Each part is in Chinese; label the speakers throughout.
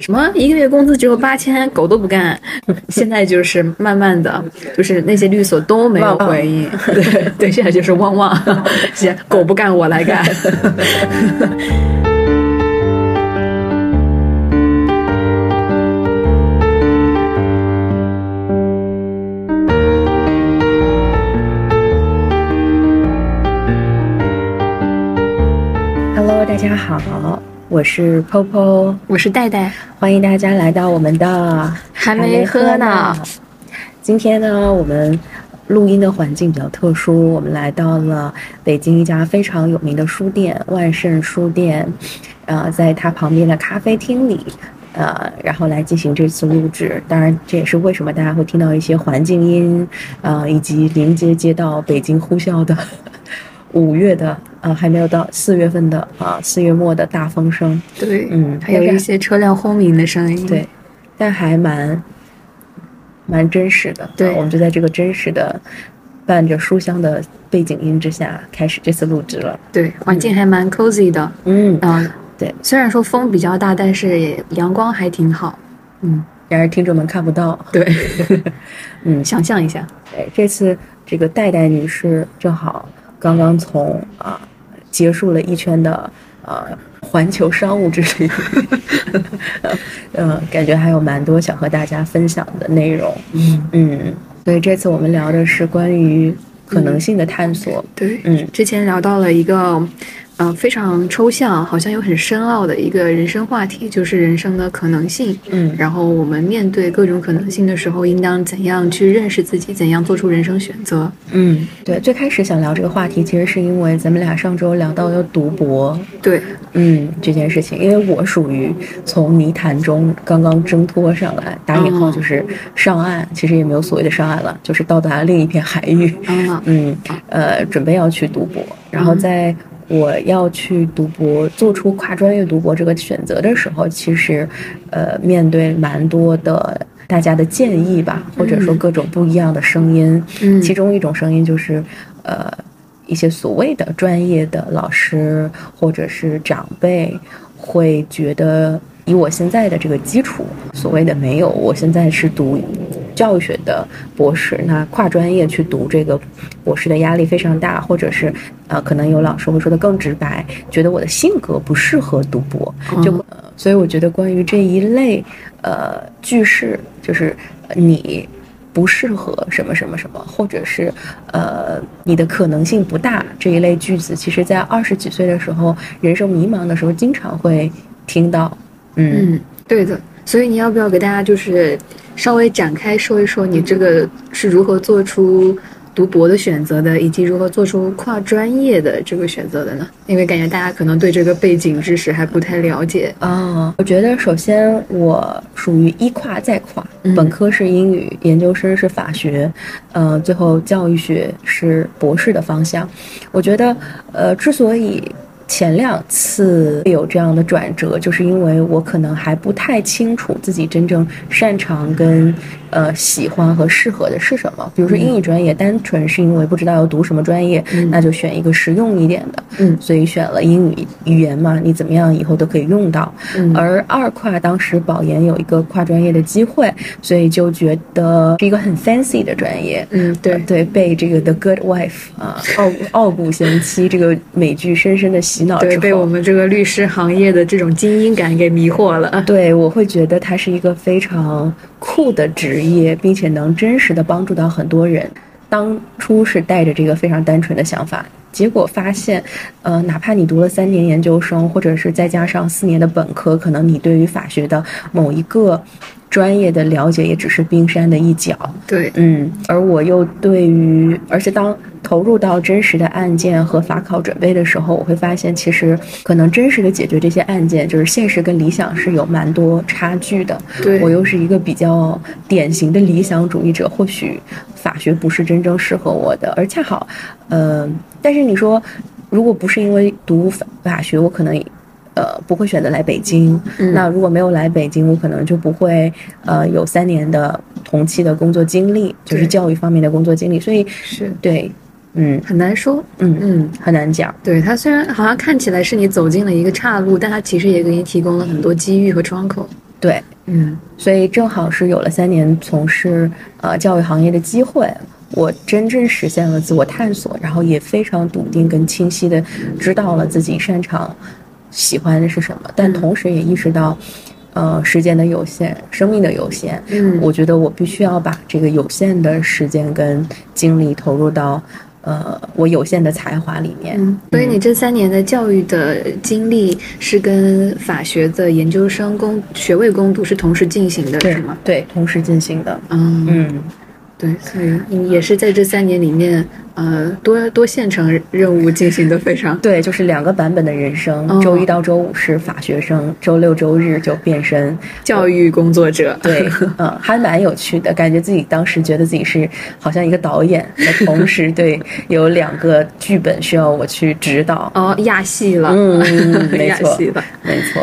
Speaker 1: 什么一个月工资只有八千，狗都不干。 现在就是慢慢的，就是那些律所都没有回应， 对对，现在就是汪汪， 现在狗不干我来干。
Speaker 2: Hello，大家好，我是 Popo，
Speaker 1: 我是戴戴，
Speaker 2: 欢迎大家来到我们的
Speaker 1: 还没喝呢。
Speaker 2: 今天呢，我们录音的环境比较特殊，我们来到了北京一家非常有名的书店——万盛书店，呃，在它旁边的咖啡厅里。呃，然后来进行这次录制。当然，这也是为什么大家会听到一些环境音，呃，以及临街街道北京呼啸的 五月的，呃，还没有到四月份的啊，四、月末的大风声。
Speaker 1: 对，
Speaker 2: 嗯
Speaker 1: 还有一些车辆轰鸣的声音。
Speaker 2: 对，但还蛮蛮真实的。
Speaker 1: 对
Speaker 2: 啊我们就在这个真实的伴着书香的背景音之下，开始这次录制了。
Speaker 1: 对，环境还蛮 cozy 的。
Speaker 2: 嗯，
Speaker 1: 嗯，
Speaker 2: 对。
Speaker 1: 虽然说风比较大，但是也阳光还挺好。
Speaker 2: 然而听众们看不到。
Speaker 1: 对，
Speaker 2: 嗯，
Speaker 1: 想象一下，
Speaker 2: 对，这次这个戴戴女士正好刚刚从啊、结束了一圈的呃环球商务之旅， 呃，感觉还有蛮多想和大家分享的内容。
Speaker 1: 嗯
Speaker 2: 嗯，所以这次我们聊的是关于可能性的探索。
Speaker 1: 对，
Speaker 2: 嗯
Speaker 1: 之前聊到了一个，嗯、非常抽象，好像又很深奥的一个人生话题，就是人生的可能性。
Speaker 2: 嗯
Speaker 1: 然后我们面对各种可能性的时候，应当怎样去认识自己，怎样做出人生选择？
Speaker 2: 嗯，对，最开始想聊这个话题，其实是因为咱们俩上周聊到了读博，
Speaker 1: 对，
Speaker 2: 嗯，这件事情，因为我属于从泥潭中刚刚挣脱上来，打引号
Speaker 1: 嗯
Speaker 2: 就是上岸，其实也没有所谓的上岸了，就是到达另一片海域。
Speaker 1: 嗯
Speaker 2: 嗯，呃，准备要去读博，然后
Speaker 1: 嗯
Speaker 2: 在我要去读博，做出跨专业读博这个选择的时候，其实，呃，面对蛮多的大家的建议吧，或者说
Speaker 1: 嗯
Speaker 2: 各种不一样的声音，
Speaker 1: 嗯，
Speaker 2: 其中一种声音就是，呃，一些所谓的专业的老师或者是长辈会觉得，以我现在的这个基础，所谓的没有，我现在是读教育学的博士，那跨专业去读这个博士的压力非常大，或者是呃，可能有老师会说的更直白，觉得我的性格不适合读博，就、
Speaker 1: 嗯
Speaker 2: 呃所以我觉得关于这一类呃句式，就是呃你不适合什么什么什么，或者是呃你的可能性不大这一类句子，其实在二十几岁的时候，人生迷茫的时候，经常会听到。嗯
Speaker 1: 嗯，对的。所以你要不要给大家就是稍微展开说一说，你这个是如何做出读博的选择的，以及如何做出跨专业的这个选择的呢？因为感觉大家可能对这个背景知识还不太了解。
Speaker 2: 啊、我觉得首先我属于一跨再跨，
Speaker 1: 嗯
Speaker 2: 本科是英语，研究生是法学，呃，最后教育学是博士的方向。我觉得，呃，之所以前两次有这样的转折，就是因为我可能还不太清楚自己真正擅长跟呃喜欢和适合的是什么。比如说英语专业，单纯是因为不知道要读什么专业，
Speaker 1: 嗯
Speaker 2: 那就选一个实用一点的，
Speaker 1: 嗯
Speaker 2: 所以选了英语语言嘛，你怎么样以后都可以用到。
Speaker 1: 嗯
Speaker 2: 而二跨当时保研有一个跨专业的机会，所以就觉得是一个很 fancy 的专业。
Speaker 1: 嗯，对，
Speaker 2: 对，被这个《The Good Wife》啊，傲骨傲骨贤妻这个美剧深深的洗脑之
Speaker 1: 对，
Speaker 2: 后，
Speaker 1: 被我们这个律师行业的这种精英感给迷惑 了。
Speaker 2: 对我会觉得它是一个非常酷的职业，并且能真实的帮助到很多人。当初是带着这个非常单纯的想法，结果发现，呃，哪怕你读了三年研究生，或者是再加上四年的本科，可能你对于法学的某一个专业的了解也只是冰山的一角。
Speaker 1: 对，
Speaker 2: 嗯，而我又对于，而且当投入到真实的案件和法考准备的时候，我会发现，其实可能真实的解决这些案件，就是现实跟理想是有蛮多差距的。
Speaker 1: 对
Speaker 2: 我又是一个比较典型的理想主义者，或许法学不是真正适合我的，而恰好，呃，但是你说，如果不是因为读法法学，我可能。呃，不会选择来北京。
Speaker 1: 嗯
Speaker 2: 那如果没有来北京，我可能就不会呃有三年的同期的工作经历，就是
Speaker 1: 对
Speaker 2: 教育方面的工作经历。所以，
Speaker 1: 是
Speaker 2: 对，嗯
Speaker 1: 很难说。
Speaker 2: 嗯，
Speaker 1: 嗯，
Speaker 2: 很难讲。
Speaker 1: 对，它虽然好像看起来是你走进了一个岔路，但它其实也给你提供了很多机遇和窗口。
Speaker 2: 对，
Speaker 1: 嗯
Speaker 2: 所以正好是有了三年从事呃教育行业的机会，我真正实现了自我探索，然后也非常笃定跟清晰的知道了自己擅长、喜欢的是什么，但
Speaker 1: 嗯
Speaker 2: 同时也意识到，呃，时间的有限，生命的有限，
Speaker 1: 嗯
Speaker 2: 我觉得我必须要把这个有限的时间跟精力投入到，呃，我有限的才华里面。
Speaker 1: 嗯，所以你这三年的教育的经历是跟法学的研究生攻学位攻读是同时进行的，
Speaker 2: 对
Speaker 1: 是吗？
Speaker 2: 对，同时进行的。
Speaker 1: 嗯
Speaker 2: 嗯，
Speaker 1: 对，所以你也是在这三年里面，呃，多多线程任务进行的非常。
Speaker 2: 对，就是两个版本的人生，
Speaker 1: 哦
Speaker 2: 周一到周五是法学生，周六周日就变身。
Speaker 1: 教育工作者，
Speaker 2: 对，嗯，还蛮有趣的，感觉自己当时觉得自己是好像一个导演，同 时对有两个剧本需要我去指导。
Speaker 1: 哦，亚细了，
Speaker 2: 嗯， 没
Speaker 1: 亚
Speaker 2: 错
Speaker 1: 细，了。
Speaker 2: 没错。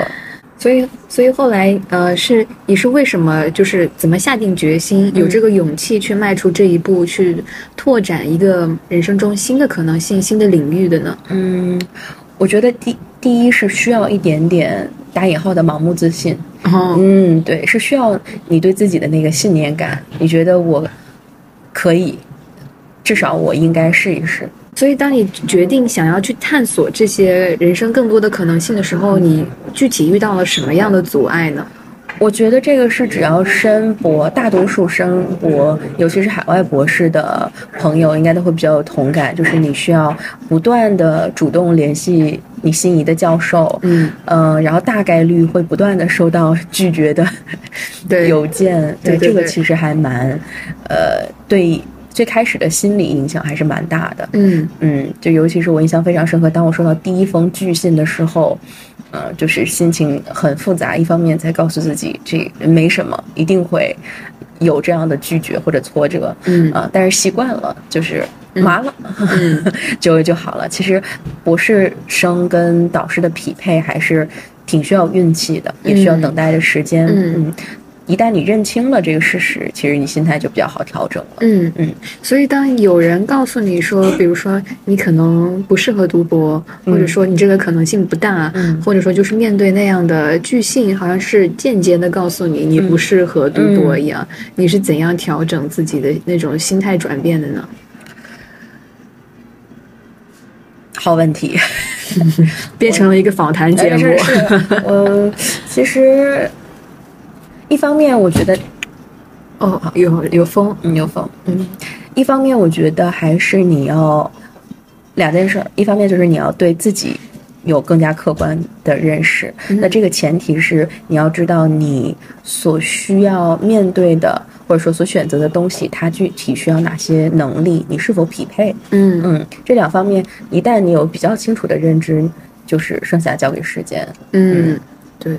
Speaker 1: 所以，所以后来，呃，是你是为什么就是怎么下定决心，有这个勇气去迈出这一步，去拓展一个人生中新的可能性、新的领域的呢？
Speaker 2: 嗯，我觉得第第一是需要一点点打引号的盲目自信。
Speaker 1: 哦，
Speaker 2: 嗯，对，是需要你对自己的那个信念感，你觉得我可以，至少我应该试一试。
Speaker 1: 所以当你决定想要去探索这些人生更多的可能性的时候，你具体遇到了什么样的阻碍呢？
Speaker 2: 我觉得这个是只要申博，大多数申博，尤其是海外博士的朋友，应该都会比较有同感，就是你需要不断的主动联系你心仪的教授，
Speaker 1: 嗯，
Speaker 2: 嗯、然后大概率会不断的收到拒绝的
Speaker 1: 对
Speaker 2: 邮件，
Speaker 1: 对对
Speaker 2: 这个
Speaker 1: 对
Speaker 2: 其实还蛮，呃，对最开始的心理影响还是蛮大的，
Speaker 1: 嗯
Speaker 2: 嗯，就尤其是我印象非常深刻，当我收到第一封拒信的时候，呃，就是心情很复杂，一方面在告诉自己这没什么，一定会有这样的拒绝或者挫折，
Speaker 1: 嗯
Speaker 2: 啊、但是习惯了，就是麻了，
Speaker 1: 嗯
Speaker 2: 就就好了。其实博士生跟导师的匹配还是挺需要运气的，也需要
Speaker 1: 嗯
Speaker 2: 等待的时间，
Speaker 1: 嗯
Speaker 2: 一旦你认清了这个事实，其实你心态就比较好调整了。
Speaker 1: 嗯
Speaker 2: 嗯，
Speaker 1: 所以当有人告诉你说，比如说你可能不适合读博，
Speaker 2: 嗯
Speaker 1: 或者说你这个可能性不大，
Speaker 2: 嗯
Speaker 1: 或者说就是面对那样的巨信，好像是间接的告诉你你
Speaker 2: 嗯
Speaker 1: 不适合读博一样，你是怎样调整自己的那种心态转变的呢？
Speaker 2: 好问 题。
Speaker 1: 变成了一个访谈节 目，
Speaker 2: 呃是是，我其实一方面我觉得
Speaker 1: 哦，有有风，
Speaker 2: 嗯有风，
Speaker 1: 嗯
Speaker 2: 一方面我觉得还是你要两件事儿，一方面就是你要对自己有更加客观的认识，
Speaker 1: 嗯
Speaker 2: 那这个前提是你要知道你所需要面对的。或者说所选择的东西，它具体需要哪些能力，你是否匹配？
Speaker 1: 嗯
Speaker 2: 嗯，这两方面，一旦你有比较清楚的认知，就是剩下交给时间。
Speaker 1: 嗯，对，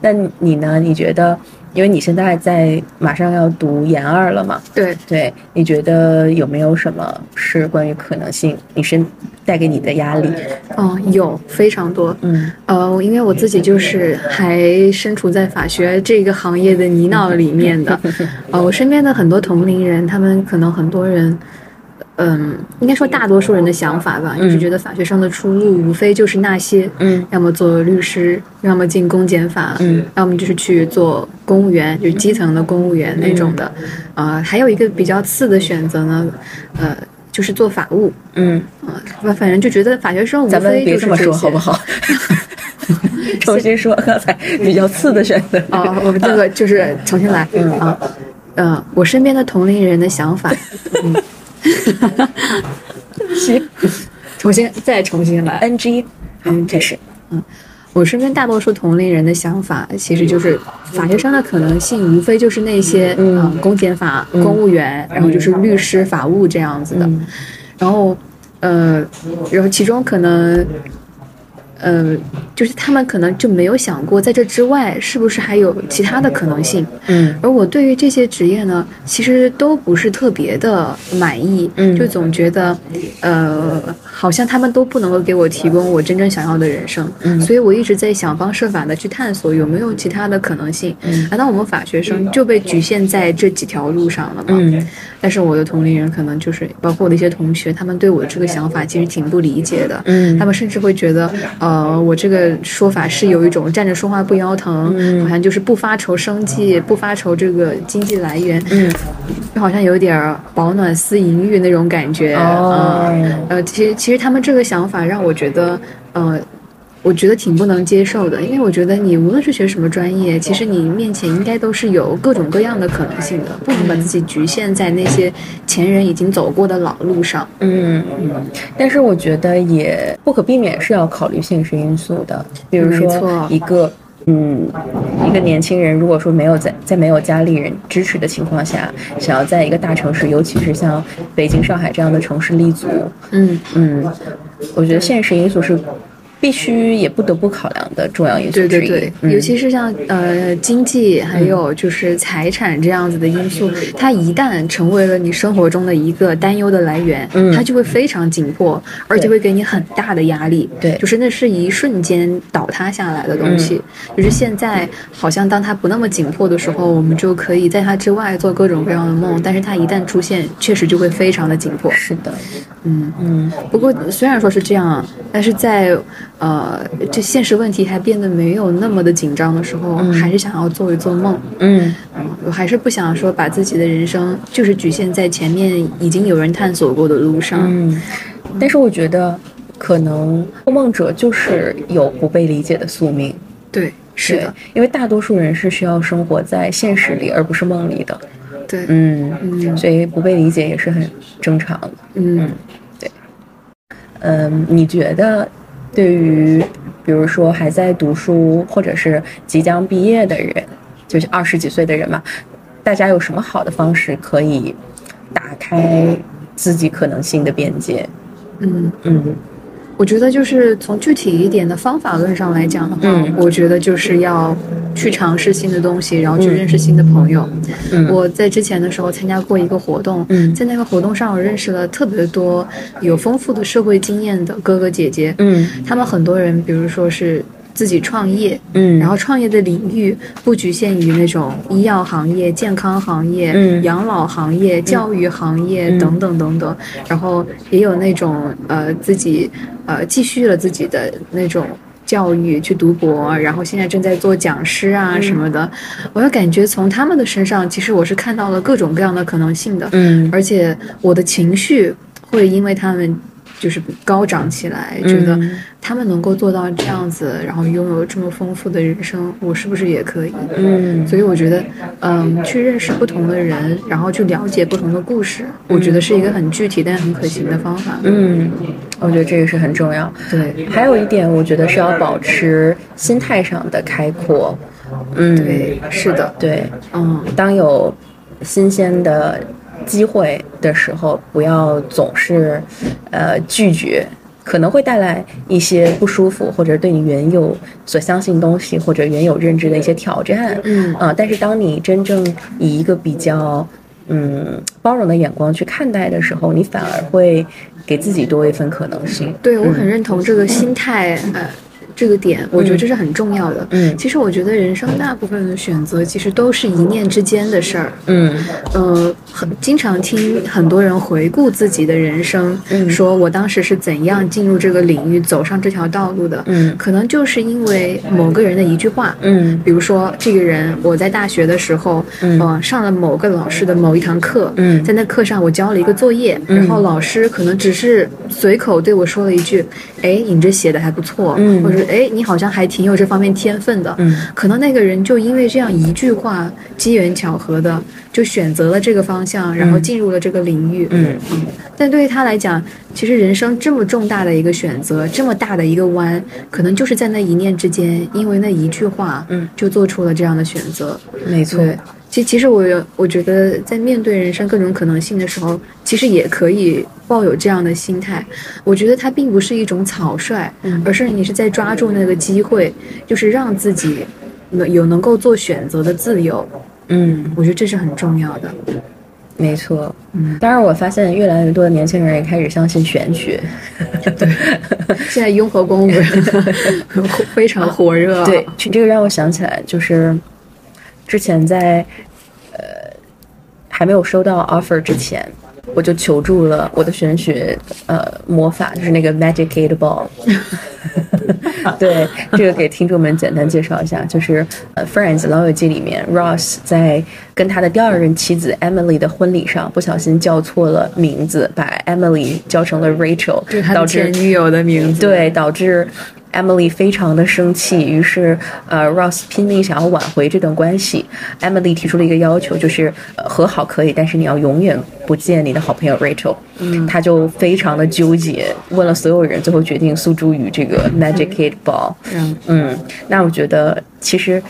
Speaker 2: 那你呢？你觉得，因为你现在在马上要读研二了嘛？
Speaker 1: 对，
Speaker 2: 对，你觉得有没有什么是关于可能性？你是带给你的压力？
Speaker 1: 哦，有非常多，
Speaker 2: 嗯
Speaker 1: 呃，因为我自己就是还身处在法学这个行业的泥淖里面 的，呃，我身边的很多同龄人，他们可能很多人，嗯，应该说大多数人的想法吧，就是觉得法学生的出路无非就是那些，
Speaker 2: 嗯
Speaker 1: 要么做律师，要么进公检法，
Speaker 2: 嗯
Speaker 1: 要么就是去做公务员，就是基层的公务
Speaker 2: 嗯
Speaker 1: 员那种的，呃，还有一个比较次的选择呢，呃，就是做法务，
Speaker 2: 嗯，
Speaker 1: 啊、呃，反正就觉得法学生无
Speaker 2: 咱们
Speaker 1: 非
Speaker 2: 别
Speaker 1: 就是
Speaker 2: 这么说
Speaker 1: 些
Speaker 2: 好不好？ 重新说刚才比较次的选择。
Speaker 1: 啊，我们这个就是重新来，嗯啊，嗯，我身边的同龄人的想法，嗯
Speaker 2: 行
Speaker 1: 重新再重新来。
Speaker 2: ，NG，好，开始。
Speaker 1: 我身边大多数同龄人的想法，其实就是法学生的可能性，无非就是那些
Speaker 2: 嗯
Speaker 1: 嗯，公检法、公务员，然后就是律师、法务这样子的。
Speaker 2: 嗯
Speaker 1: 然后，呃，然后其中可能，呃，就是他们可能就没有想过，在这之外，是不是还有其他的可能性？
Speaker 2: 嗯
Speaker 1: 而我对于这些职业呢，其实都不是特别的满意，
Speaker 2: 嗯
Speaker 1: 就总觉得，呃，好像他们都不能够给我提供我真正想要的人生，
Speaker 2: 嗯
Speaker 1: 所以我一直在想方设法的去探索有没有其他的可能性。啊
Speaker 2: 嗯
Speaker 1: 而当我们法学生就被局限在这几条路上了嘛，
Speaker 2: 嗯
Speaker 1: 但是我的同龄人可能就是包括我的一些同学，他们对我这个想法其实挺不理解的，
Speaker 2: 嗯
Speaker 1: 他们甚至会觉得，呃，呃，我这个说法是有一种站着说话不腰疼，
Speaker 2: 嗯
Speaker 1: 好像就是不发愁生计，不发愁这个经济来源，
Speaker 2: 嗯，
Speaker 1: 好像有点儿保暖思淫欲那种感觉。
Speaker 2: 哦
Speaker 1: 嗯，呃，其实其实他们这个想法让我觉得，呃。我觉得挺不能接受的，因为我觉得你无论是学什么专业，其实你面前应该都是有各种各样的可能性的，不能把自己局限在那些前人已经走过的老路上。
Speaker 2: 嗯，但是我觉得也不可避免是要考虑现实因素的，比如
Speaker 1: 没错
Speaker 2: 说一个。嗯，一个年轻人如果说没有在在没有家里人支持的情况下，想要在一个大城市，尤其是像北京、上海这样的城市立足，
Speaker 1: 嗯，
Speaker 2: 嗯，我觉得现实因素是必须也不得不考量的重要因素
Speaker 1: 对
Speaker 2: 之一。
Speaker 1: 对对，
Speaker 2: 嗯、
Speaker 1: 尤其是像呃经济还有就是财产这样子的因素，它一旦成为了你生活中的一个担忧的来源，
Speaker 2: 嗯
Speaker 1: 它就会非常紧迫，而且会给你很大的压力。
Speaker 2: 对
Speaker 1: 就是那是一瞬间倒塌下来的东西。就是现在好像当它不那么紧迫的时候，我们就可以在它之外做各种各样的梦，但是它一旦出现，确实就会非常的紧迫。
Speaker 2: 是的，
Speaker 1: 嗯。
Speaker 2: 嗯，
Speaker 1: 不过虽然说是这样，啊但是在呃这现实问题还变得没有那么的紧张的时候，还是想要做一做梦。
Speaker 2: 嗯，
Speaker 1: 嗯我还是不想说把自己的人生就是局限在前面已经有人探索过的路上。
Speaker 2: 嗯，但是我觉得，可能做梦者就是有不被理解的宿命。
Speaker 1: 对，是
Speaker 2: 对
Speaker 1: 的，，
Speaker 2: 因为大多数人是需要生活在现实里，而不是梦里的。
Speaker 1: 对，
Speaker 2: 嗯，
Speaker 1: 嗯
Speaker 2: 所以不被理解也是很正常的。
Speaker 1: 嗯
Speaker 2: 嗯，你觉得对于比如说还在读书或者是即将毕业的人，就是二十几岁的人嘛，大家有什么好的方式可以打开自己可能性的边界？
Speaker 1: 嗯。
Speaker 2: 嗯
Speaker 1: 我觉得就是从具体一点的方法论上来讲的话，
Speaker 2: 嗯
Speaker 1: 我觉得就是要去尝试新的东西，然后去
Speaker 2: 嗯
Speaker 1: 认识新的朋友。
Speaker 2: 嗯
Speaker 1: 我在之前的时候参加过一个活动，
Speaker 2: 嗯
Speaker 1: 在那个活动上我认识了特别多有丰富的社会经验的哥哥姐姐，
Speaker 2: 嗯
Speaker 1: 他们很多人，比如说是自己创业，
Speaker 2: 嗯，
Speaker 1: 然后创业的领域不局限于那种医药行业、健康行业、
Speaker 2: 嗯
Speaker 1: 养老行业、教育行业
Speaker 2: 嗯
Speaker 1: 等等等等，然后也有那种呃自己呃继续了自己的那种。教育去读博，然后现在正在做讲师
Speaker 2: 嗯
Speaker 1: 啊什么的，我就感觉从他们的身上，其实我是看到了各种各样的可能性的。
Speaker 2: 嗯
Speaker 1: 而且我的情绪会因为他们就是高涨起来，觉得
Speaker 2: 嗯
Speaker 1: 他们能够做到这样子，然后拥有这么丰富的人生，我是不是也可以？
Speaker 2: 嗯
Speaker 1: 所以我觉得，嗯，去认识不同的人，然后去了解不同的故事，我觉得是一个很具体但很可行的方法。
Speaker 2: 嗯，我觉得这个是很重要。
Speaker 1: 对，
Speaker 2: 还有一点，我觉得是要保持心态上的开阔。嗯，
Speaker 1: 对，是的，
Speaker 2: 对，
Speaker 1: 嗯，
Speaker 2: 当有新鲜的机会的时候，不要总是呃拒绝，可能会带来一些不舒服，或者对你原有所相信东西或者原有认知的一些挑战。
Speaker 1: 嗯
Speaker 2: 啊、但是当你真正以一个比较嗯包容的眼光去看待的时候，你反而会给自己多一份可能性。
Speaker 1: 对我很认同这个心态，呃。这个点，我觉得这是很重要的。
Speaker 2: 嗯
Speaker 1: 其实我觉得人生大部分的选择，其实都是一念之间的事儿。
Speaker 2: 嗯
Speaker 1: 呃，很经常听很多人回顾自己的人生，
Speaker 2: 嗯
Speaker 1: 说我当时是怎样进入这个领域、走上这条道路的，
Speaker 2: 嗯
Speaker 1: 可能就是因为某个人的一句话。
Speaker 2: 嗯
Speaker 1: 比如说，这个人我在大学的时候，
Speaker 2: 嗯
Speaker 1: 呃，上了某个老师的某一堂课，
Speaker 2: 嗯
Speaker 1: 在那课上我交了一个作业，然后老师可能只是随口对我说了一句：“哎，你这写的还不错。”
Speaker 2: 嗯
Speaker 1: 或者“哎，你好像还挺有这方面天分的。”
Speaker 2: 嗯
Speaker 1: 可能那个人就因为这样一句话，机缘巧合的就选择了这个方向，然后进入了这个领域。
Speaker 2: 嗯
Speaker 1: 但对于他来讲，其实人生这么重大的一个选择，这么大的一个弯，可能就是在那一念之间，因为那一句话，
Speaker 2: 嗯，
Speaker 1: 就做出了这样的选择。
Speaker 2: 没错。
Speaker 1: 对，其其实我有我觉得在面对人生各种可能性的时候，其实也可以抱有这样的心态。我觉得它并不是一种草率，
Speaker 2: 嗯
Speaker 1: 而是你是在抓住那个机会，就是让自己能有能够做选择的自由。
Speaker 2: 嗯。
Speaker 1: 我觉得这是很重要的。
Speaker 2: 没错，
Speaker 1: 嗯，
Speaker 2: 当然我发现越来越多的年轻人也开始相信玄学，
Speaker 1: 现在雍和宫 非常火热啊，
Speaker 2: 对，这个让我想起来，就是之前在呃还没有收到 offer 之前，我就求助了我的玄学呃魔法，就是那个 Magic Eight Ball。对，这个给听众们简单介绍一下，就是呃《Friends》老友记里面，Ross 在跟他的第二任妻子 Emily 的婚礼上不小心叫错了名字，把 Emily 叫成了 Rachel，
Speaker 1: 就是他
Speaker 2: 导
Speaker 1: 的
Speaker 2: 致
Speaker 1: 前女友的名字。
Speaker 2: 对，导致 Emily 非常的生气，于是呃，Ross 拼命想要挽回这段关系。Emily 提出了一个要求，就是、呃、和好可以，但是你要永远不见你的好朋友 Rachel。嗯，他就非常的纠结，问了所有人，最后决定诉诸于这个 Magic Eight Ball。
Speaker 1: 嗯，
Speaker 2: 嗯，那我觉得其实。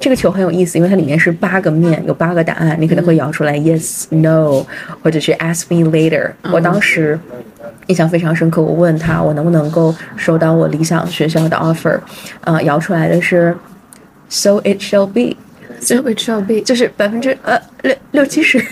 Speaker 2: 这个球很有意思，因为它里面是八个面，有八个答案，你可能
Speaker 1: 嗯
Speaker 2: 会摇出来、yes、no，或者是 ask me later。我
Speaker 1: 嗯
Speaker 2: 当时印象非常深刻，我问他我能不能够收到我理想学校的 offer，呃，摇出来的是 so it shall be，
Speaker 1: 就 it shall be。
Speaker 2: 就是百分之呃六六七十，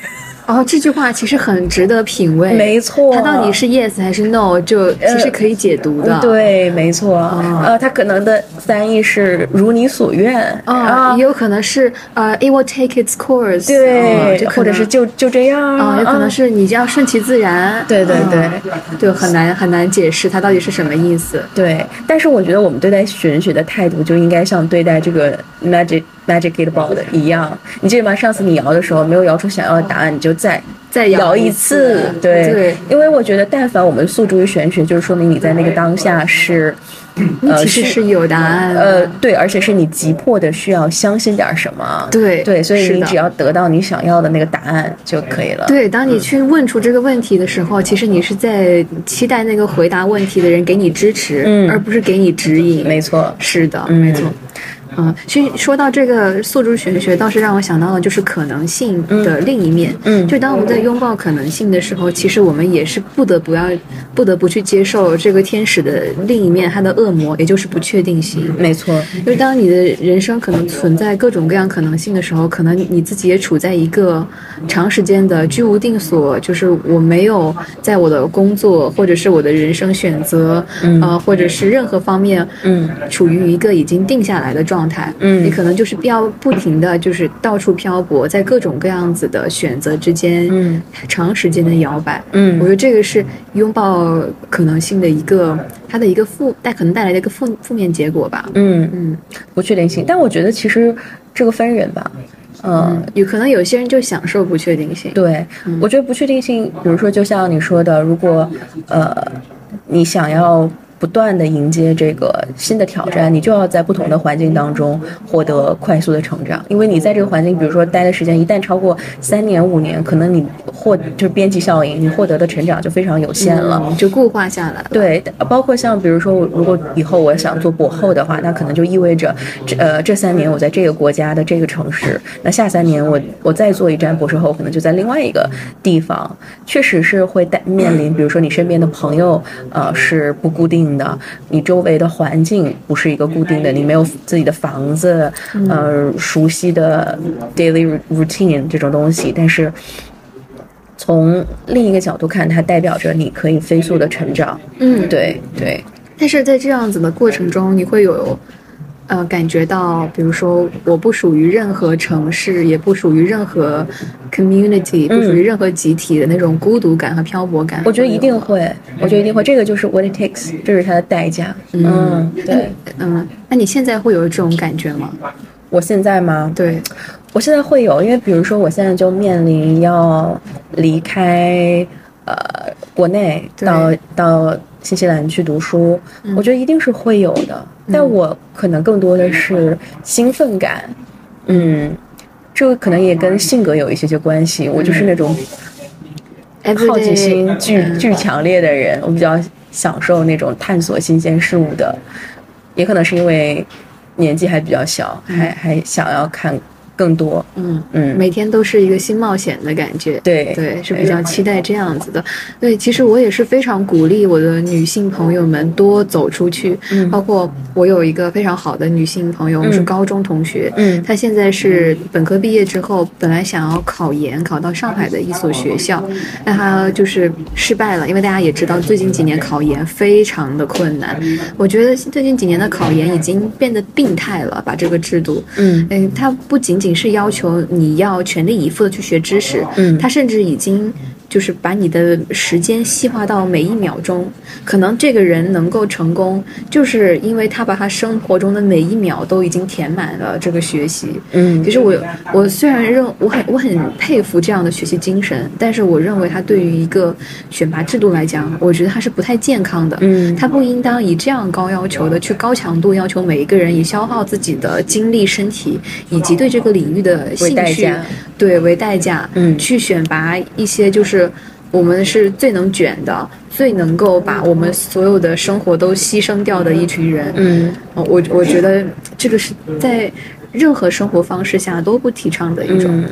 Speaker 1: 哦，这句话其实很值得品味。
Speaker 2: 没错
Speaker 1: 它到底是 yes 还是 no，就其实可以解读的。。
Speaker 2: 呃对，没错，
Speaker 1: 啊
Speaker 2: 呃，它可能的翻译是如你所愿，啊
Speaker 1: 啊，也有可能是呃，it will take its course，
Speaker 2: 对，
Speaker 1: 嗯就可
Speaker 2: 或者
Speaker 1: 能
Speaker 2: 是就就这样，
Speaker 1: 啊，有可能
Speaker 2: 嗯
Speaker 1: 是你要顺其自然，
Speaker 2: 对对
Speaker 1: 嗯
Speaker 2: 对，
Speaker 1: 就很难很难解释它到底是什么意思。
Speaker 2: 对，但是我觉得我们对待玄学的态度就应该像对待这个 magic magic eight ball 的一样。你记得吗？上次你摇的时候没有摇出想要的答案，你就再
Speaker 1: 再摇
Speaker 2: 摇
Speaker 1: 一
Speaker 2: 次。
Speaker 1: 次
Speaker 2: 对，
Speaker 1: 对
Speaker 2: 因为我觉得，但凡我们诉诸于玄学，就是说明你在那个当下是，呃，
Speaker 1: 其实是有答案的，
Speaker 2: 呃，对，而且是你急迫的需要相信点什么。
Speaker 1: 对
Speaker 2: 对，所以
Speaker 1: 是
Speaker 2: 你
Speaker 1: 的
Speaker 2: 只要嗯得到你想要的那个答案就可以了。
Speaker 1: 对，当你去问出这个问题的时候，其实你是在期待那个回答问题的人给你支持，
Speaker 2: 嗯
Speaker 1: 而不是给你指引。
Speaker 2: 没错。
Speaker 1: 是的，
Speaker 2: 嗯
Speaker 1: 没错。嗯，其实说到这个诉诸玄学，倒是让我想到了就是可能性的另一面。
Speaker 2: 嗯
Speaker 1: 就当我们在拥抱可能性的时候，其实我们也是不得不要、不得不去接受这个天使的另一面，它的恶魔，也就是不确定性。
Speaker 2: 没错，
Speaker 1: 就是当你的人生可能存在各种各样可能性的时候，可能你自己也处在一个长时间的居无定所，就是我没有在我的工作或者是我的人生选择，
Speaker 2: 嗯
Speaker 1: 呃，或者是任何方面，
Speaker 2: 嗯，
Speaker 1: 处于一个已经定下来的状态，
Speaker 2: 嗯
Speaker 1: 你可能就是要不停的就是到处漂泊，在各种各样子的选择之间，
Speaker 2: 嗯，
Speaker 1: 长时间的摇摆，
Speaker 2: 嗯
Speaker 1: 我觉得这个是拥抱可能性的一个它的一个负带可能带来的一个负负面结果吧，
Speaker 2: 嗯，
Speaker 1: 嗯。
Speaker 2: 不确定性。但我觉得其实这个分人吧，嗯，
Speaker 1: 有可能有些人就享受不确定性。
Speaker 2: 对，我觉得不确定性，比如说就像你说的，如果呃你想要。不断的迎接这个新的挑战，你就要在不同的环境当中获得快速的成长，因为你在这个环境，比如说待的时间一旦超过三年五年，可能你获就是边际效应，你获得的成长就非常有限了。
Speaker 1: 嗯，就固化下来了。
Speaker 2: 对，包括像比如说，我如果以后我想做博后的话，那可能就意味着这呃这三年我在这个国家的这个城市，那下三年我我再做一站博士后，可能就在另外一个地方，确实是会带面临，比如说你身边的朋友呃是不固定的，你周围的环境不是一个固定的，你没有自己的房子，呃熟悉的 daily routine 这种东西，但是。从另一个角度看，它代表着你可以飞速的成长。
Speaker 1: 嗯，
Speaker 2: 对对，
Speaker 1: 但是在这样子的过程中，你会有，呃，感觉到，比如说，我不属于任何城市，也不属于任何 community，、不属于任何集体的那种孤独感和漂泊感。
Speaker 2: 嗯我觉得一定会，我觉得一定会，这个就是 what it takes，这是它的代价。嗯，对，
Speaker 1: 嗯，那你现在会有这种感觉吗？
Speaker 2: 我现在吗？
Speaker 1: 对，
Speaker 2: 我现在会有，因为比如说我现在就面临要离开呃国内
Speaker 1: 对
Speaker 2: 到到新西兰去读书，我觉得一定是会有的，但我可能更多的是兴奋感，嗯。这个可能也跟性格有一些些关系，我就是那种好奇心
Speaker 1: Everyday，
Speaker 2: 巨
Speaker 1: 嗯
Speaker 2: 巨强烈的人，我比较享受那种探索新鲜事物的，也可能是因为年纪还比较小，还还想要看更多。
Speaker 1: 嗯，
Speaker 2: 嗯，
Speaker 1: 每天都是一个新冒险的感觉。
Speaker 2: 对
Speaker 1: 对，是比较期待这样子的。对，其实我也是非常鼓励我的女性朋友们多走出去，
Speaker 2: 嗯
Speaker 1: 包括我有一个非常好的女性朋友，我们是
Speaker 2: 嗯
Speaker 1: 高中同学，
Speaker 2: 嗯
Speaker 1: 她现在是本科毕业之后，本来想要考研，考到上海的一所学校，但她就是失败了，因为大家也知道最近几年考研非常的困难，我觉得最近几年的考研已经变得病态了，把这个制度，
Speaker 2: 嗯
Speaker 1: 嗯，它不仅仅是要求你要全力以赴的去学知识，
Speaker 2: 嗯
Speaker 1: 它甚至已经就是把你的时间细化到每一秒钟。可能这个人能够成功，就是因为他把他生活中的每一秒都已经填满了这个学习。
Speaker 2: 嗯
Speaker 1: 其实我我虽然认我很我很佩服这样的学习精神，但是我认为它对于一个选拔制度来讲，我觉得它是不太健康的。
Speaker 2: 嗯
Speaker 1: 它不应当以这样高要求的去高强度要求每一个人，以消耗自己的精力、身体以及对这个领域的
Speaker 2: 为
Speaker 1: 兴
Speaker 2: 代
Speaker 1: 趣
Speaker 2: 价，
Speaker 1: 对为代价，
Speaker 2: 嗯
Speaker 1: 去选拔一些就是我们是最能卷的、最能够把我们所有的生活都牺牲掉的一群人。
Speaker 2: 嗯
Speaker 1: 哦，我我觉得这个是在任何生活方式下都不提倡的一种。
Speaker 2: 嗯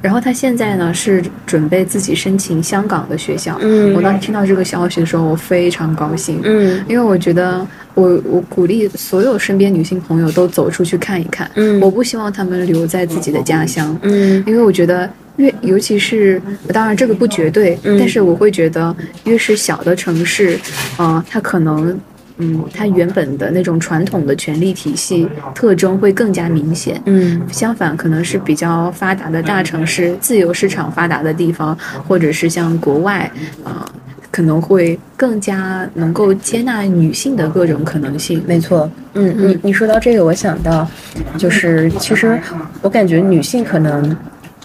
Speaker 1: 然后他现在呢是准备自己申请香港的学校。
Speaker 2: 嗯
Speaker 1: 我当时听到这个消息的时候，我非常高兴，
Speaker 2: 嗯
Speaker 1: 因为我觉得我我鼓励所有身边女性朋友都走出去看一看。
Speaker 2: 嗯
Speaker 1: 我不希望她们留在自己的家乡，
Speaker 2: 嗯
Speaker 1: 因为我觉得越尤其是当然这个不绝对，
Speaker 2: 嗯
Speaker 1: 但是我会觉得越是小的城市，呃，它可能。嗯，它原本的那种传统的权力体系特征会更加明显。
Speaker 2: 嗯
Speaker 1: 相反，可能是比较发达的大城市、自由市场发达的地方，或者是像国外，啊、可能会更加能够接纳女性的各种可能性。
Speaker 2: 没错，嗯，你你说到这个，我想到，就是其实我感觉女性可能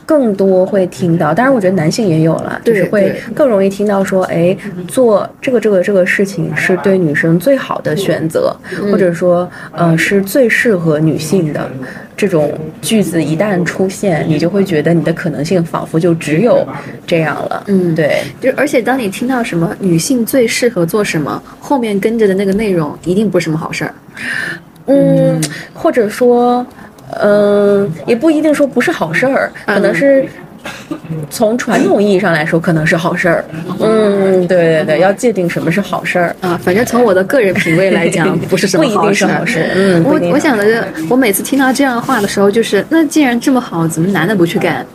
Speaker 2: 更多会听到，当然我觉得男性也有了，就是
Speaker 1: 对
Speaker 2: 会
Speaker 1: 对
Speaker 2: 更容易听到说，哎，做这个这个这个事情是对女生最好的选择，
Speaker 1: 嗯
Speaker 2: 或者说，呃，是最适合女性的。这种句子一旦出现，你就会觉得你的可能性仿佛就只有这样了。
Speaker 1: 嗯
Speaker 2: 对，
Speaker 1: 就而且当你听到什么女性最适合做什么，后面跟着的那个内容一定不是什么好事儿。
Speaker 2: 嗯，或者说，嗯、也不一定说不是好事儿，可能
Speaker 1: 嗯
Speaker 2: 是从传统意义上来说，可能是好事儿。嗯，对对对，要界定什么是好事儿。
Speaker 1: 啊，反正从我的个人品味来 讲，不是什么
Speaker 2: 不一定
Speaker 1: 好事
Speaker 2: 是
Speaker 1: 儿。
Speaker 2: 好事嗯不一
Speaker 1: 我
Speaker 2: 定
Speaker 1: 我想的是，我每次听到这样的话的时候，就是那既然这么好，怎么男的不去 干？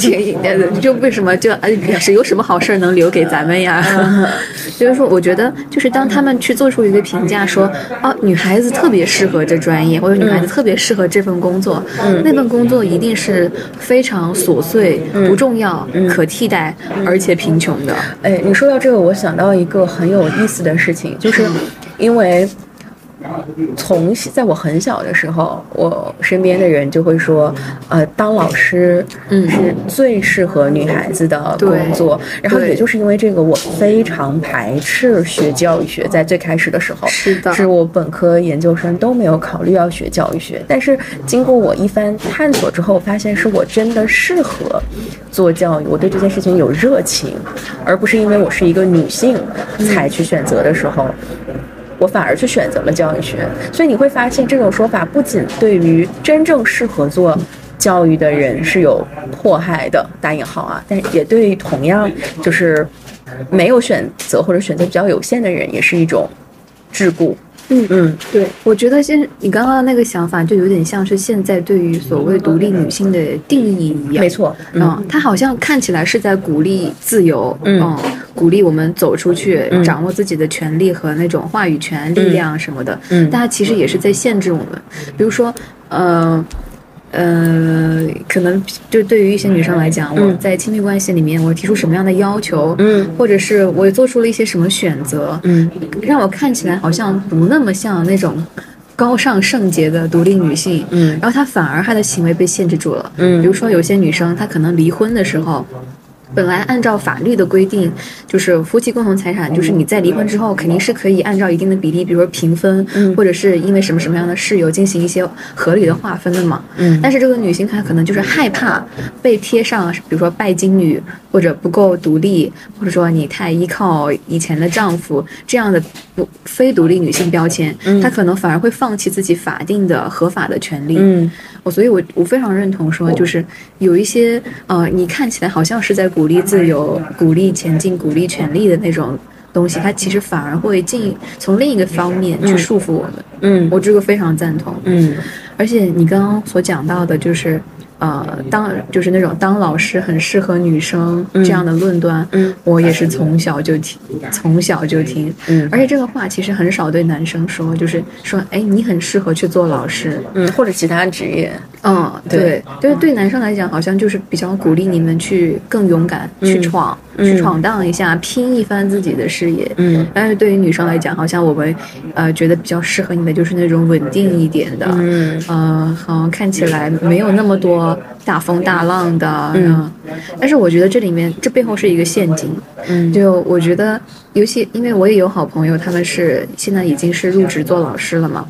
Speaker 1: 这呃就为什么就哎，表示有什么好事儿能留给咱们呀？ 就是说，我觉得就是当他们去做出一个评价说，哦，女孩子特别适合这专业，或者女孩子
Speaker 2: 嗯
Speaker 1: 特别适合这份工作，那份工作一定是非常琐碎、
Speaker 2: 嗯
Speaker 1: 不重要、可替代，而且贫穷的。
Speaker 2: 哎，你说到这个，我想到一个很有意思的事情，就是因为从小在我很小的时候，我身边的人就会说，呃，当老师
Speaker 1: 嗯
Speaker 2: 是最适合女孩子的工作。然后
Speaker 1: 对
Speaker 2: 也就是因为这个，我非常排斥学教育学，在最开始的时候，
Speaker 1: 是的
Speaker 2: 是我本科、研究生都没有考虑要学教育学。但是经过我一番探索之后，发现是我真的适合做教育，我对这件事情有热情，而不是因为我是一个女性才去选择的时候。我反而去选择了教育学。所以你会发现，这种说法不仅对于真正适合做教育的人是有迫害的（打引号啊），但也对于同样就是没有选择或者选择比较有限的人，也是一种桎梏。
Speaker 1: 嗯
Speaker 2: 嗯
Speaker 1: 对，我觉得现你刚刚的那个想法就有点像是现在对于所谓独立女性的定义一样。
Speaker 2: 没错，嗯
Speaker 1: 嗯，它好像看起来是在鼓励自由，
Speaker 2: 嗯
Speaker 1: 鼓励我们走出去，
Speaker 2: 嗯
Speaker 1: 掌握自己的权利和那种话语权、力量什么的，
Speaker 2: 嗯
Speaker 1: 但它其实也是在限制我们。比如说，呃。呃，可能就对于一些女生来讲，我
Speaker 2: 嗯
Speaker 1: 在亲密关系里面，我提出什么样的要求，
Speaker 2: 嗯
Speaker 1: 或者是我做出了一些什么选择，
Speaker 2: 嗯
Speaker 1: 让我看起来好像不那么像那种高尚圣洁的独立女性，
Speaker 2: 嗯
Speaker 1: 然后她反而她的行为被限制住了。
Speaker 2: 嗯
Speaker 1: 比如说有些女生，她可能离婚的时候。本来按照法律的规定，就是夫妻共同财产，就是你在离婚之后，肯定是可以按照一定的比例，比如说平分，
Speaker 2: 嗯
Speaker 1: 或者是因为什么什么样的事由进行一些合理的划分的嘛。
Speaker 2: 嗯
Speaker 1: 但是这个女性她可能就是害怕被贴上，比如说拜金女，或者不够独立，或者说你太依靠以前的丈夫这样的不非独立女性标签，
Speaker 2: 嗯
Speaker 1: 她可能反而会放弃自己法定的合法的权利。
Speaker 2: 嗯
Speaker 1: 我所以我，我非常认同
Speaker 2: 哦
Speaker 1: 说，就是有一些呃，你看起来好像是在鼓励自由、鼓励前进、鼓励权利的那种东西，它其实反而会进从另一个方面去束缚我们。
Speaker 2: 嗯
Speaker 1: 我这个非常赞同。
Speaker 2: 嗯
Speaker 1: 而且你刚刚所讲到的，就是呃，当就是那种当老师很适合女生这样的论断，
Speaker 2: 嗯
Speaker 1: 我也是从小就听，从小就听。
Speaker 2: 嗯
Speaker 1: 而且这个话其实很少对男生说，就是说，哎，你很适合去做老师，
Speaker 2: 嗯，或者其他职业，
Speaker 1: 嗯，对，就是对男生来讲，好像就是比较鼓励你们去更勇敢，去
Speaker 2: 嗯
Speaker 1: 闯，
Speaker 2: 嗯
Speaker 1: 去闯荡一下，拼一番自己的事业。
Speaker 2: 嗯
Speaker 1: 但是对于女生来讲，好像我们，呃，觉得比较适合你们就是那种稳定一点的，
Speaker 2: 嗯
Speaker 1: 呃，好像看起来没有那么多大风大浪的，
Speaker 2: 嗯
Speaker 1: 嗯，但是我觉得这里面这背后是一个陷阱，
Speaker 2: 嗯
Speaker 1: 就我觉得，尤其因为我也有好朋友，他们是现在已经是入职做老师了嘛，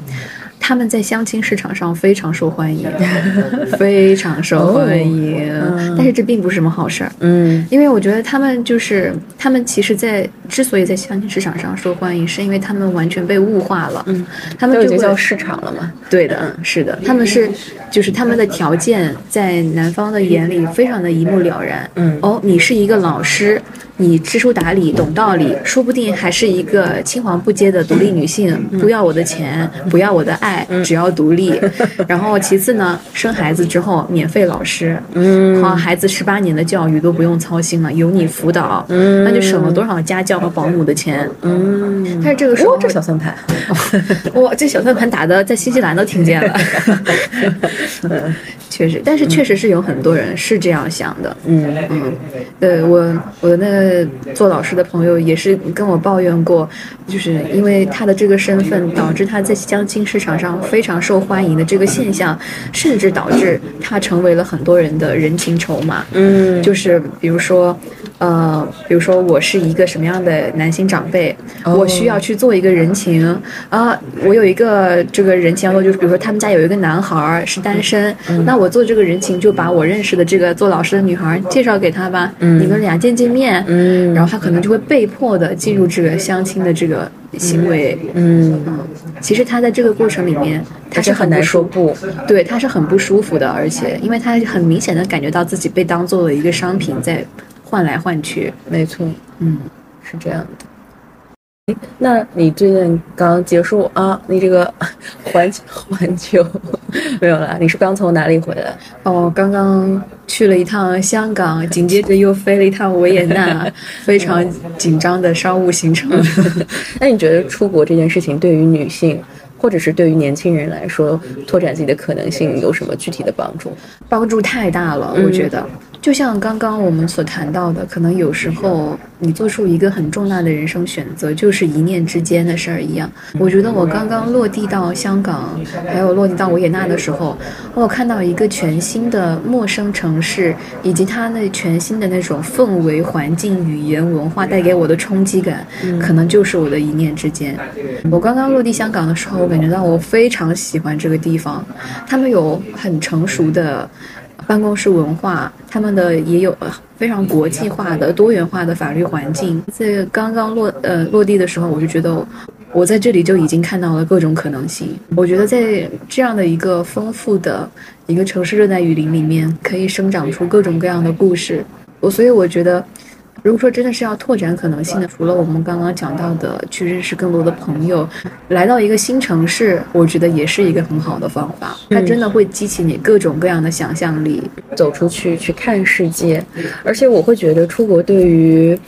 Speaker 1: 他们在相亲市场上非常受欢迎， 非常受欢迎，
Speaker 2: 哦嗯
Speaker 1: 但是这并不是什么好事儿。
Speaker 2: 嗯
Speaker 1: 因为我觉得他们就是他们，其实在，之所以在相亲市场上受欢迎，是因为他们完全被物化了。
Speaker 2: 嗯，
Speaker 1: 他们
Speaker 2: 都已
Speaker 1: 就
Speaker 2: 经
Speaker 1: 会
Speaker 2: 叫市场了嘛。
Speaker 1: 对的，是的，他们是就是他们的条件在男方的眼里非常的一目了然。
Speaker 2: 嗯
Speaker 1: 哦，你是一个老师，你知书达理，懂道理，说不定还是一个青黄不接的独立女性，
Speaker 2: 嗯
Speaker 1: 不要我的钱，不要我的爱，只要独 立。然后其次呢，生孩子之后免费老师，
Speaker 2: 嗯
Speaker 1: 好，孩子十八年的教育都不用操心了，有你辅导，
Speaker 2: 嗯
Speaker 1: 那就省了多少家教和保姆的钱。
Speaker 2: 嗯，
Speaker 1: 但是这个时候，
Speaker 2: 哦，这小算盘，
Speaker 1: 哇，这小算盘打的在新西兰都听见了，确实，但是确实是有很多人是这样想的。
Speaker 2: 嗯
Speaker 1: 嗯，对我我那个做老师的朋友也是跟我抱怨过，就是因为他的这个身份，导致他在相亲市场上非常受欢迎的这个现象，甚至导致他成为了很多人的人情筹码。
Speaker 2: 嗯
Speaker 1: 就是比如说，呃，比如说我是一个什么样的男性长辈，
Speaker 2: 哦
Speaker 1: 我需要去做一个人情啊、我有一个这个人情要做，就是比如说他们家有一个男孩儿是单身，
Speaker 2: 嗯
Speaker 1: 那我做这个人情就把我认识的这个做老师的女孩儿介绍给他吧，你们俩见见面，
Speaker 2: 嗯
Speaker 1: 然后他可能就会被迫的进入这个相亲的这个行为。
Speaker 2: 嗯，
Speaker 1: 其实他在这个过程里面，他
Speaker 2: 还
Speaker 1: 是
Speaker 2: 是
Speaker 1: 很
Speaker 2: 很
Speaker 1: 不
Speaker 2: 难
Speaker 1: 舒
Speaker 2: 说不。
Speaker 1: 对，他是很不舒服的，而且因为他很明显的感觉到自己被当做了一个商品在换来换去。
Speaker 2: 没错，
Speaker 1: 嗯，
Speaker 2: 是这样的。诶那你最近刚结束啊？你这个 环球环球没有啦？你是刚从哪里回来？
Speaker 1: 哦，刚刚去了一趟香港，紧接着又飞了一趟维也纳，非常紧张的商务行程。
Speaker 2: 那你觉得出国这件事情对于女性，或者是对于年轻人来说，拓展自己的可能性有什么具体的帮助？
Speaker 1: 帮助太大了，我觉得。就像刚刚我们所谈到的，可能有时候你做出一个很重大的人生选择，就是一念之间的事儿一样。我觉得我刚刚落地到香港，还有落地到维也纳的时候，我有看到一个全新的陌生城市，以及它那全新的那种氛围、环境、语言、文化带给我的冲击感，可能就是我的一念之间。我刚刚落地香港的时候，我感觉到我非常喜欢这个地方，他们有很成熟的办公室文化，他们的也有呃非常国际化的多元化的法律环境。在刚刚落呃落地的时候，我就觉得我在这里就已经看到了各种可能性。我觉得在这样的一个丰富的一个城市热带雨林里面，可以生长出各种各样的故事。我所以我觉得。如果说真的是要拓展可能性的，除了我们刚刚讲到的去认识更多的朋友，来到一个新城市，我觉得也是一个很好的方法。它真的会激起你各种各样的想象力。
Speaker 2: 走出去去看世界，而且我会觉得出国对于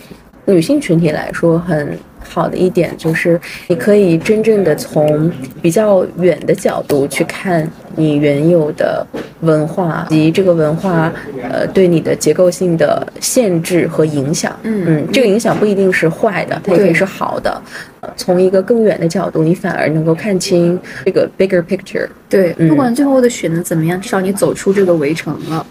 Speaker 2: 女性群体来说很好的一点就是，你可以真正的从比较远的角度去看你原有的文化以及这个文化呃对你的结构性的限制和影响。
Speaker 1: 嗯
Speaker 2: 这个影响不一定是坏的，它也可以是好的。呃从一个更远的角度，你反而能够看清这个 bigger picture。
Speaker 1: 对，
Speaker 2: 嗯
Speaker 1: 不管最后的选择怎么样，至少你走出这个围城了。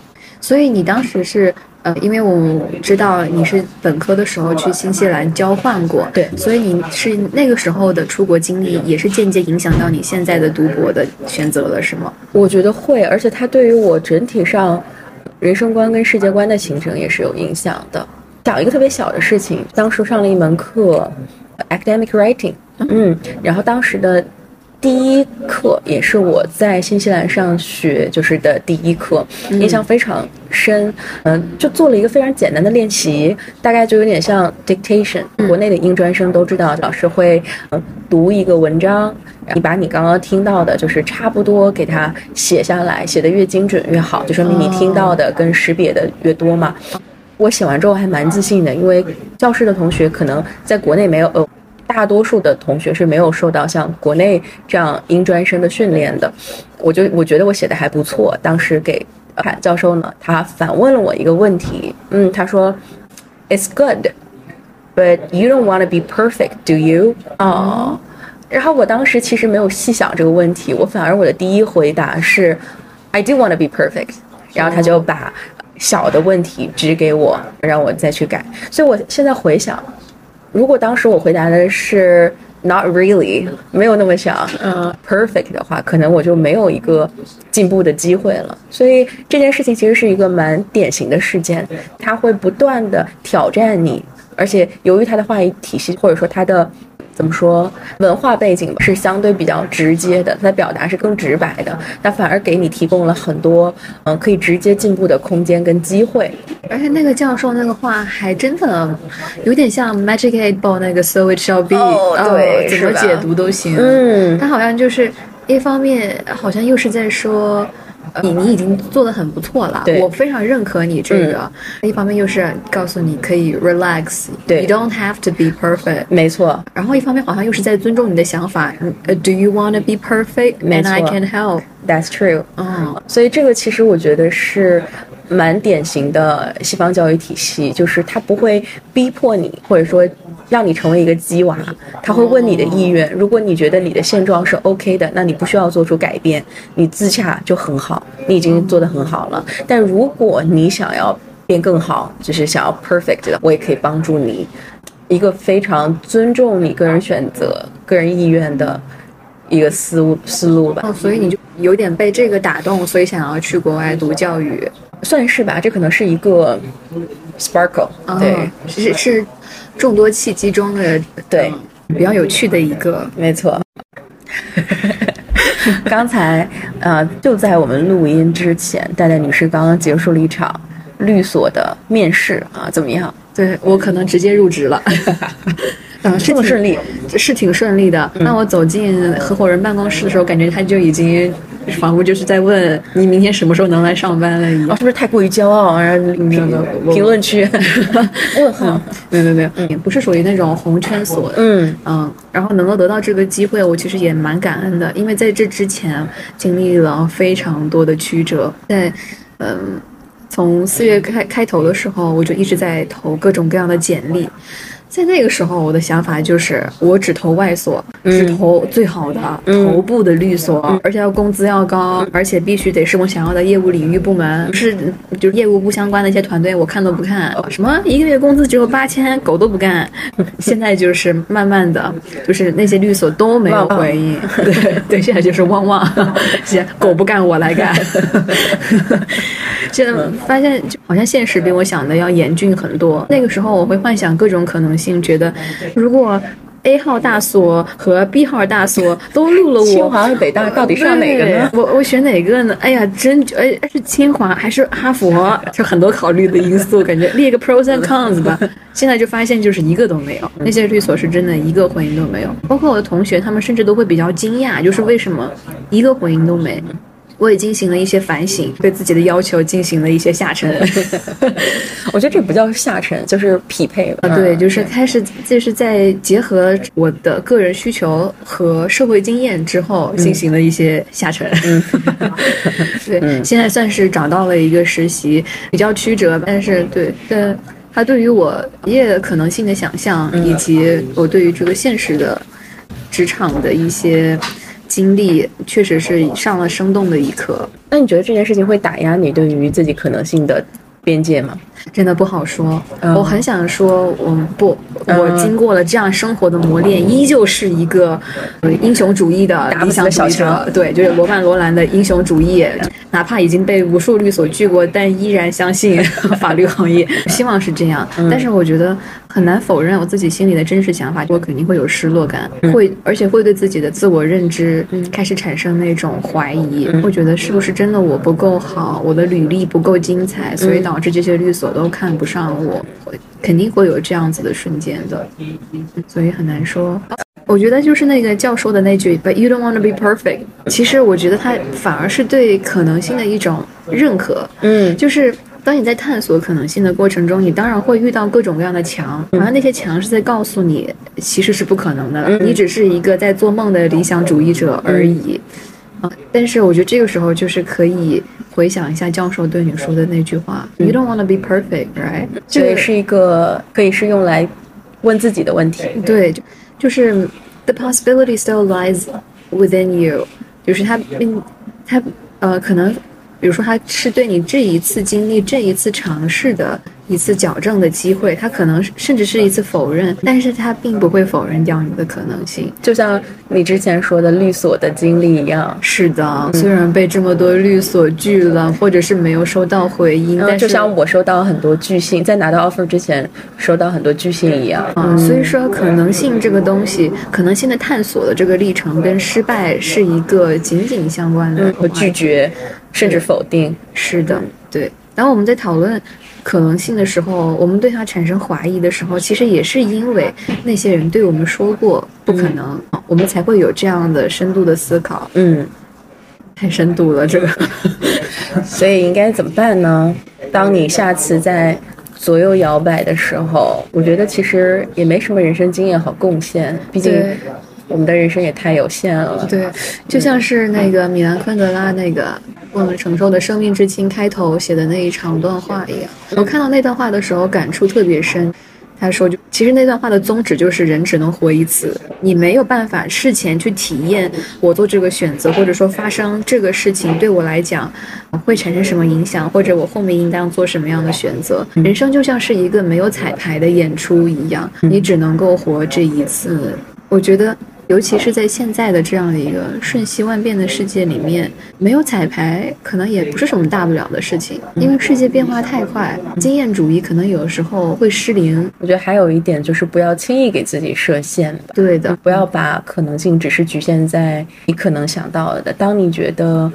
Speaker 1: 所以你当时是呃，因为我知道你是本科的时候去新西兰交换过，
Speaker 2: 对
Speaker 1: 所以你是那个时候的出国经历，也是间接影响到你现在的读博的选择了，是吗？
Speaker 2: 我觉得会，而且它对于我整体上人生观跟世界观的形成也是有影响的。讲一个特别小的事情，当时上了一门课呃，academic writing，嗯，然后当时的第一课也是我在新西兰上学就是的第一课，印象非常深。嗯、就做了一个非常简单的练习，大概就有点像 dictation。国内的英专生都知道，老师会、呃、读一个文章，你把你刚刚听到的，就是差不多给它写下来，写的越精准越好，就说明你听到的跟识别的越多嘛。我写完之后还蛮自信的，因为教室的同学可能在国内没有呃。大多数的同学是没有受到像国内这样英专生的训练的。我就我觉得我写的还不错，当时给韩教授呢，他反问了我一个问题，嗯，他说，It's good。But you don't want to be perfect, do you? 哦、然后我当时其实没有细想这个问题，我反而我的第一回答是，I do want to be perfect。然后他就把小的问题指给我，让我再去改。所以我现在回想，如果当时我回答的是 Not really，没有那么想，嗯、perfect 的话，可能我就没有一个进步的机会了。所以这件事情其实是一个蛮典型的事件，它会不断的挑战你。而且由于它的话语体系或者说它的怎么说文化背景吧是相对比较直接的，它的表达是更直白的，那反而给你提供了很多嗯、呃可以直接进步的空间跟机会。
Speaker 1: 而且那个教授那个话还真的有点像 Magic Eight Ball 那个 So it shall be，
Speaker 2: 哦对
Speaker 1: 怎
Speaker 2: 是
Speaker 1: 么
Speaker 2: 吧
Speaker 1: 解读都行。
Speaker 2: 嗯
Speaker 1: 他好像就是一方面好像又是在说。呃你你已经做的很不错了，
Speaker 2: 对嗯
Speaker 1: 我非常认可你这个。一方面又是告诉你可以 relax，you
Speaker 2: 对
Speaker 1: don't have to be perfect。
Speaker 2: 没错，
Speaker 1: 然后一方面好像又是在尊重你的想法，呃，Do you want to be perfect
Speaker 2: 没
Speaker 1: and I
Speaker 2: 错
Speaker 1: can help？
Speaker 2: That's true。
Speaker 1: 嗯，
Speaker 2: 所以这个其实我觉得是蛮典型的西方教育体系，就是他不会逼迫你，或者说让你成为一个鸡娃，他会问你的意愿。如果你觉得你的现状是 OK 的，那你不需要做出改变，你自洽就很好，你已经做得很好了。但如果你想要变更好，就是想要 perfect 的，我也可以帮助你。一个非常尊重你个人选择、个人意愿的一个思路思路吧。
Speaker 1: 哦，所以你就有点被这个打动，所以想要去国外读教育。
Speaker 2: 算是吧，这可能是一个 sparkle，、
Speaker 1: 哦
Speaker 2: 对，，
Speaker 1: 是是众多契机中的
Speaker 2: 对
Speaker 1: 嗯比较有趣的一个。
Speaker 2: 没错。 刚才呃，就在我们录音之前，戴戴女士刚刚结束了一场律所的面试啊，怎么样？
Speaker 1: 对我可能直接入职 了， 嗯，是
Speaker 2: 这么
Speaker 1: 挺
Speaker 2: 顺利，
Speaker 1: 是挺顺利的。那我走进合伙人办公室的时候，感觉他就已经仿佛就是在问你明天什么时候能来上班了一
Speaker 2: 哦，
Speaker 1: 样。
Speaker 2: 是不是太过于骄傲？然后评
Speaker 1: 没有没有我
Speaker 2: 评论区问号，
Speaker 1: 没有没有没有，也不是属于那种红圈所的，
Speaker 2: 嗯嗯
Speaker 1: 嗯，然后能够得到这个机会，我其实也蛮感恩的，因为在这之前经历了非常多的曲折，在嗯，从四月开开头的时候，我就一直在投各种各样的简历。在那个时候，我的想法就是，我只投外所，只投最好的、头部的律所，而且要工资要高，而且必须得是我想要的业务领域部门，不是就是业务不相关的一些团队，我看都不看。什么一个月工资只有八千，狗都不干。现在就是慢慢的，就是那些律所都没有
Speaker 2: 旺旺
Speaker 1: 回应，
Speaker 2: 嗯
Speaker 1: 对对，现在就是旺旺，现在狗不干我来 干。现在发现就好像现实比我想的要严峻很多。那个时候我会幻想各种可能性，觉得如果 A 号大所和 B 号大所都录了
Speaker 2: 清
Speaker 1: 我。
Speaker 2: 华和北大到底上哪个呢？
Speaker 1: 对？我我选哪个呢？哎呀，真哎是清华还是哈佛？ 是很多考虑的因素，感觉列个 pros and cons 吧。现在就发现就是一个都没
Speaker 2: 嗯
Speaker 1: 有，那些律所是真的一个回应都没有。包括我的同学，他们甚至都会比较惊讶，就是为什么一个回应都没。我也进行了一些反省，对自己的要求进行了一些下沉。
Speaker 2: 我觉得这不叫下沉，就是匹配嗯
Speaker 1: 啊，
Speaker 2: 吧。
Speaker 1: 对，就是开始就是在结合我的个人需求和社会经验之后，进行了一些下沉。 对，现在算是找到了一个实习，比较曲折，但是对，但它对于我职业可能性的想象，以及我对于这个现实的职场的一些经历，确实是上了生动的一课。
Speaker 2: 那你觉得这件事情会打压你对于自己可能性的边界吗？
Speaker 1: 真的不好说。呃
Speaker 2: 嗯
Speaker 1: 我很想说，我不，
Speaker 2: 嗯
Speaker 1: 我经过了这样生活的磨练，依旧是一个呃英雄主义的
Speaker 2: 打不
Speaker 1: 理
Speaker 2: 死
Speaker 1: 想
Speaker 2: 的
Speaker 1: 主
Speaker 2: 小
Speaker 1: 义者
Speaker 2: 强。
Speaker 1: 对，就是罗曼·罗兰的英雄主义，哪怕已经被无数律所拒过，但依然相信 法律行业。希望是这样，
Speaker 2: 嗯
Speaker 1: 但是我觉得很难否认我自己心里的真实想法，我肯定会有失落感，
Speaker 2: 嗯
Speaker 1: 会而且会对自己的自我认知开始产生那种怀疑，
Speaker 2: 嗯
Speaker 1: 会觉得是不是真的我不够好，我的履历不够精彩，所以
Speaker 2: 嗯
Speaker 1: 导致这些律所都看不上我，我肯定会有这样子的瞬间的，所以很难说。我觉得就是那个教授的那句 "But you don't want to be perfect"，其实我觉得他反而是对可能性的一种认可。
Speaker 2: 嗯
Speaker 1: 就是当你在探索可能性的过程中，你当然会遇到各种各样的墙，然后那些墙是在告诉你其实是不可能的，
Speaker 2: 嗯
Speaker 1: 你只是一个在做梦的理想主义者而已。啊，但是我觉得这个时候就是可以回想一下教授对你说的那句话、y o u don't want to be perfect, right？
Speaker 2: 这个是一个可以是用来问自己的问题。
Speaker 1: 对，就就是 the possibility still lies within you，就是他并他呃可能，比如说他是对你这一次经历、这一次尝试的一次矫正的机会，他可能是甚至是一次否认，但是他并不会否认掉你的可能性。
Speaker 2: 就像你之前说的律所的经历一样，
Speaker 1: 是的，虽然被这么多律所拒了，或者是没有收到回音，
Speaker 2: 嗯，
Speaker 1: 但
Speaker 2: 就是像我收到很多拒信，在拿到 offer 之前收到很多拒信一样。嗯
Speaker 1: 啊，所以说可能性这个东西，可能性的探索的这个历程跟失败是一个紧紧相关的
Speaker 2: 嗯，我拒绝，甚至否定。
Speaker 1: 是的，对。当我们在讨论可能性的时候，我们对它产生怀疑的时候，其实也是因为那些人对我们说过不可能，我们才会有这样的深度的思考。
Speaker 2: 嗯，
Speaker 1: 太深度了，这个
Speaker 2: 所以应该怎么办呢？当你下次在左右摇摆的时候，我觉得其实也没什么人生经验好贡献，毕竟
Speaker 1: 对
Speaker 2: 我们的人生也太有限了。
Speaker 1: 对，就像是那个米兰昆德拉那个《我们承受的生命之轻》开头写的那一长段话一样。我看到那段话的时候，感触特别深。他说就，其实那段话的宗旨就是人只能活一次，你没有办法事前去体验我做这个选择，或者说发生这个事情对我来讲会产生什么影响，或者我后面应当做什么样的选择。人生就像是一个没有彩排的演出一样，你只能够活这一次。我觉得，尤其是在现在的这样的一个瞬息万变的世界里面，没有彩排可能也不是什么大不了的事情，因为世界变化太快，经验主义可能有时候会失灵。
Speaker 2: 我觉得还有一点就是不要轻易给自己设限吧。
Speaker 1: 对 的，
Speaker 2: 不要把可能性只是局限在你可能想到的。当你觉得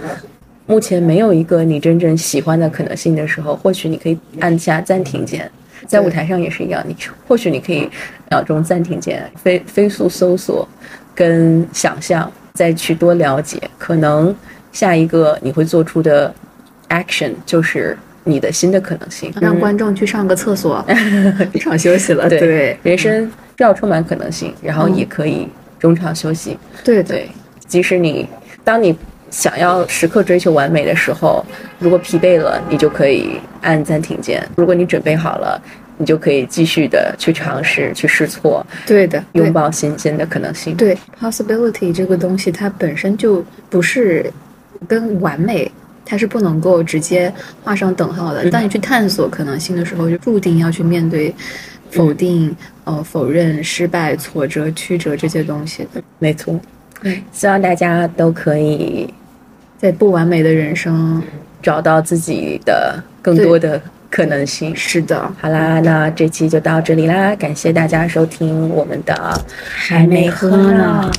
Speaker 2: 目前没有一个你真正喜欢的可能性的时候，或许你可以按下暂停键。在舞台上也是一样，你或许你可以秒钟暂停键，飞飞速搜索跟想象，再去多了解。可能下一个你会做出的 action 就是你的新的可能性。嗯
Speaker 1: 让观众去上个厕 所，中场休息了。
Speaker 2: 对
Speaker 1: 对，
Speaker 2: 人生要充满可能性，然后
Speaker 1: 嗯
Speaker 2: 也可以中场休息。
Speaker 1: 对的，
Speaker 2: 对，即使你当你想要时刻追求完美的时候，如果疲惫了，你就可以按暂停键；如果你准备好了，你就可以继续的去尝试、去试错，
Speaker 1: 对的，
Speaker 2: 拥
Speaker 1: 对
Speaker 2: 抱新鲜的可能性。
Speaker 1: 对 possibility 这个东西，它本身就不是跟完美，它是不能够直接画上等号的。当你去探索可能性的时候，就注定要去面对否定、呃否认、失败、挫折、曲折这些东西的。
Speaker 2: 没错
Speaker 1: 对，
Speaker 2: 希望大家都可以
Speaker 1: 在不完美的人生，
Speaker 2: 找到自己的更多的可能性。
Speaker 1: 是的，
Speaker 2: 好啦，那这期就到这里啦，感谢大家收听我们的还
Speaker 1: 没喝呢。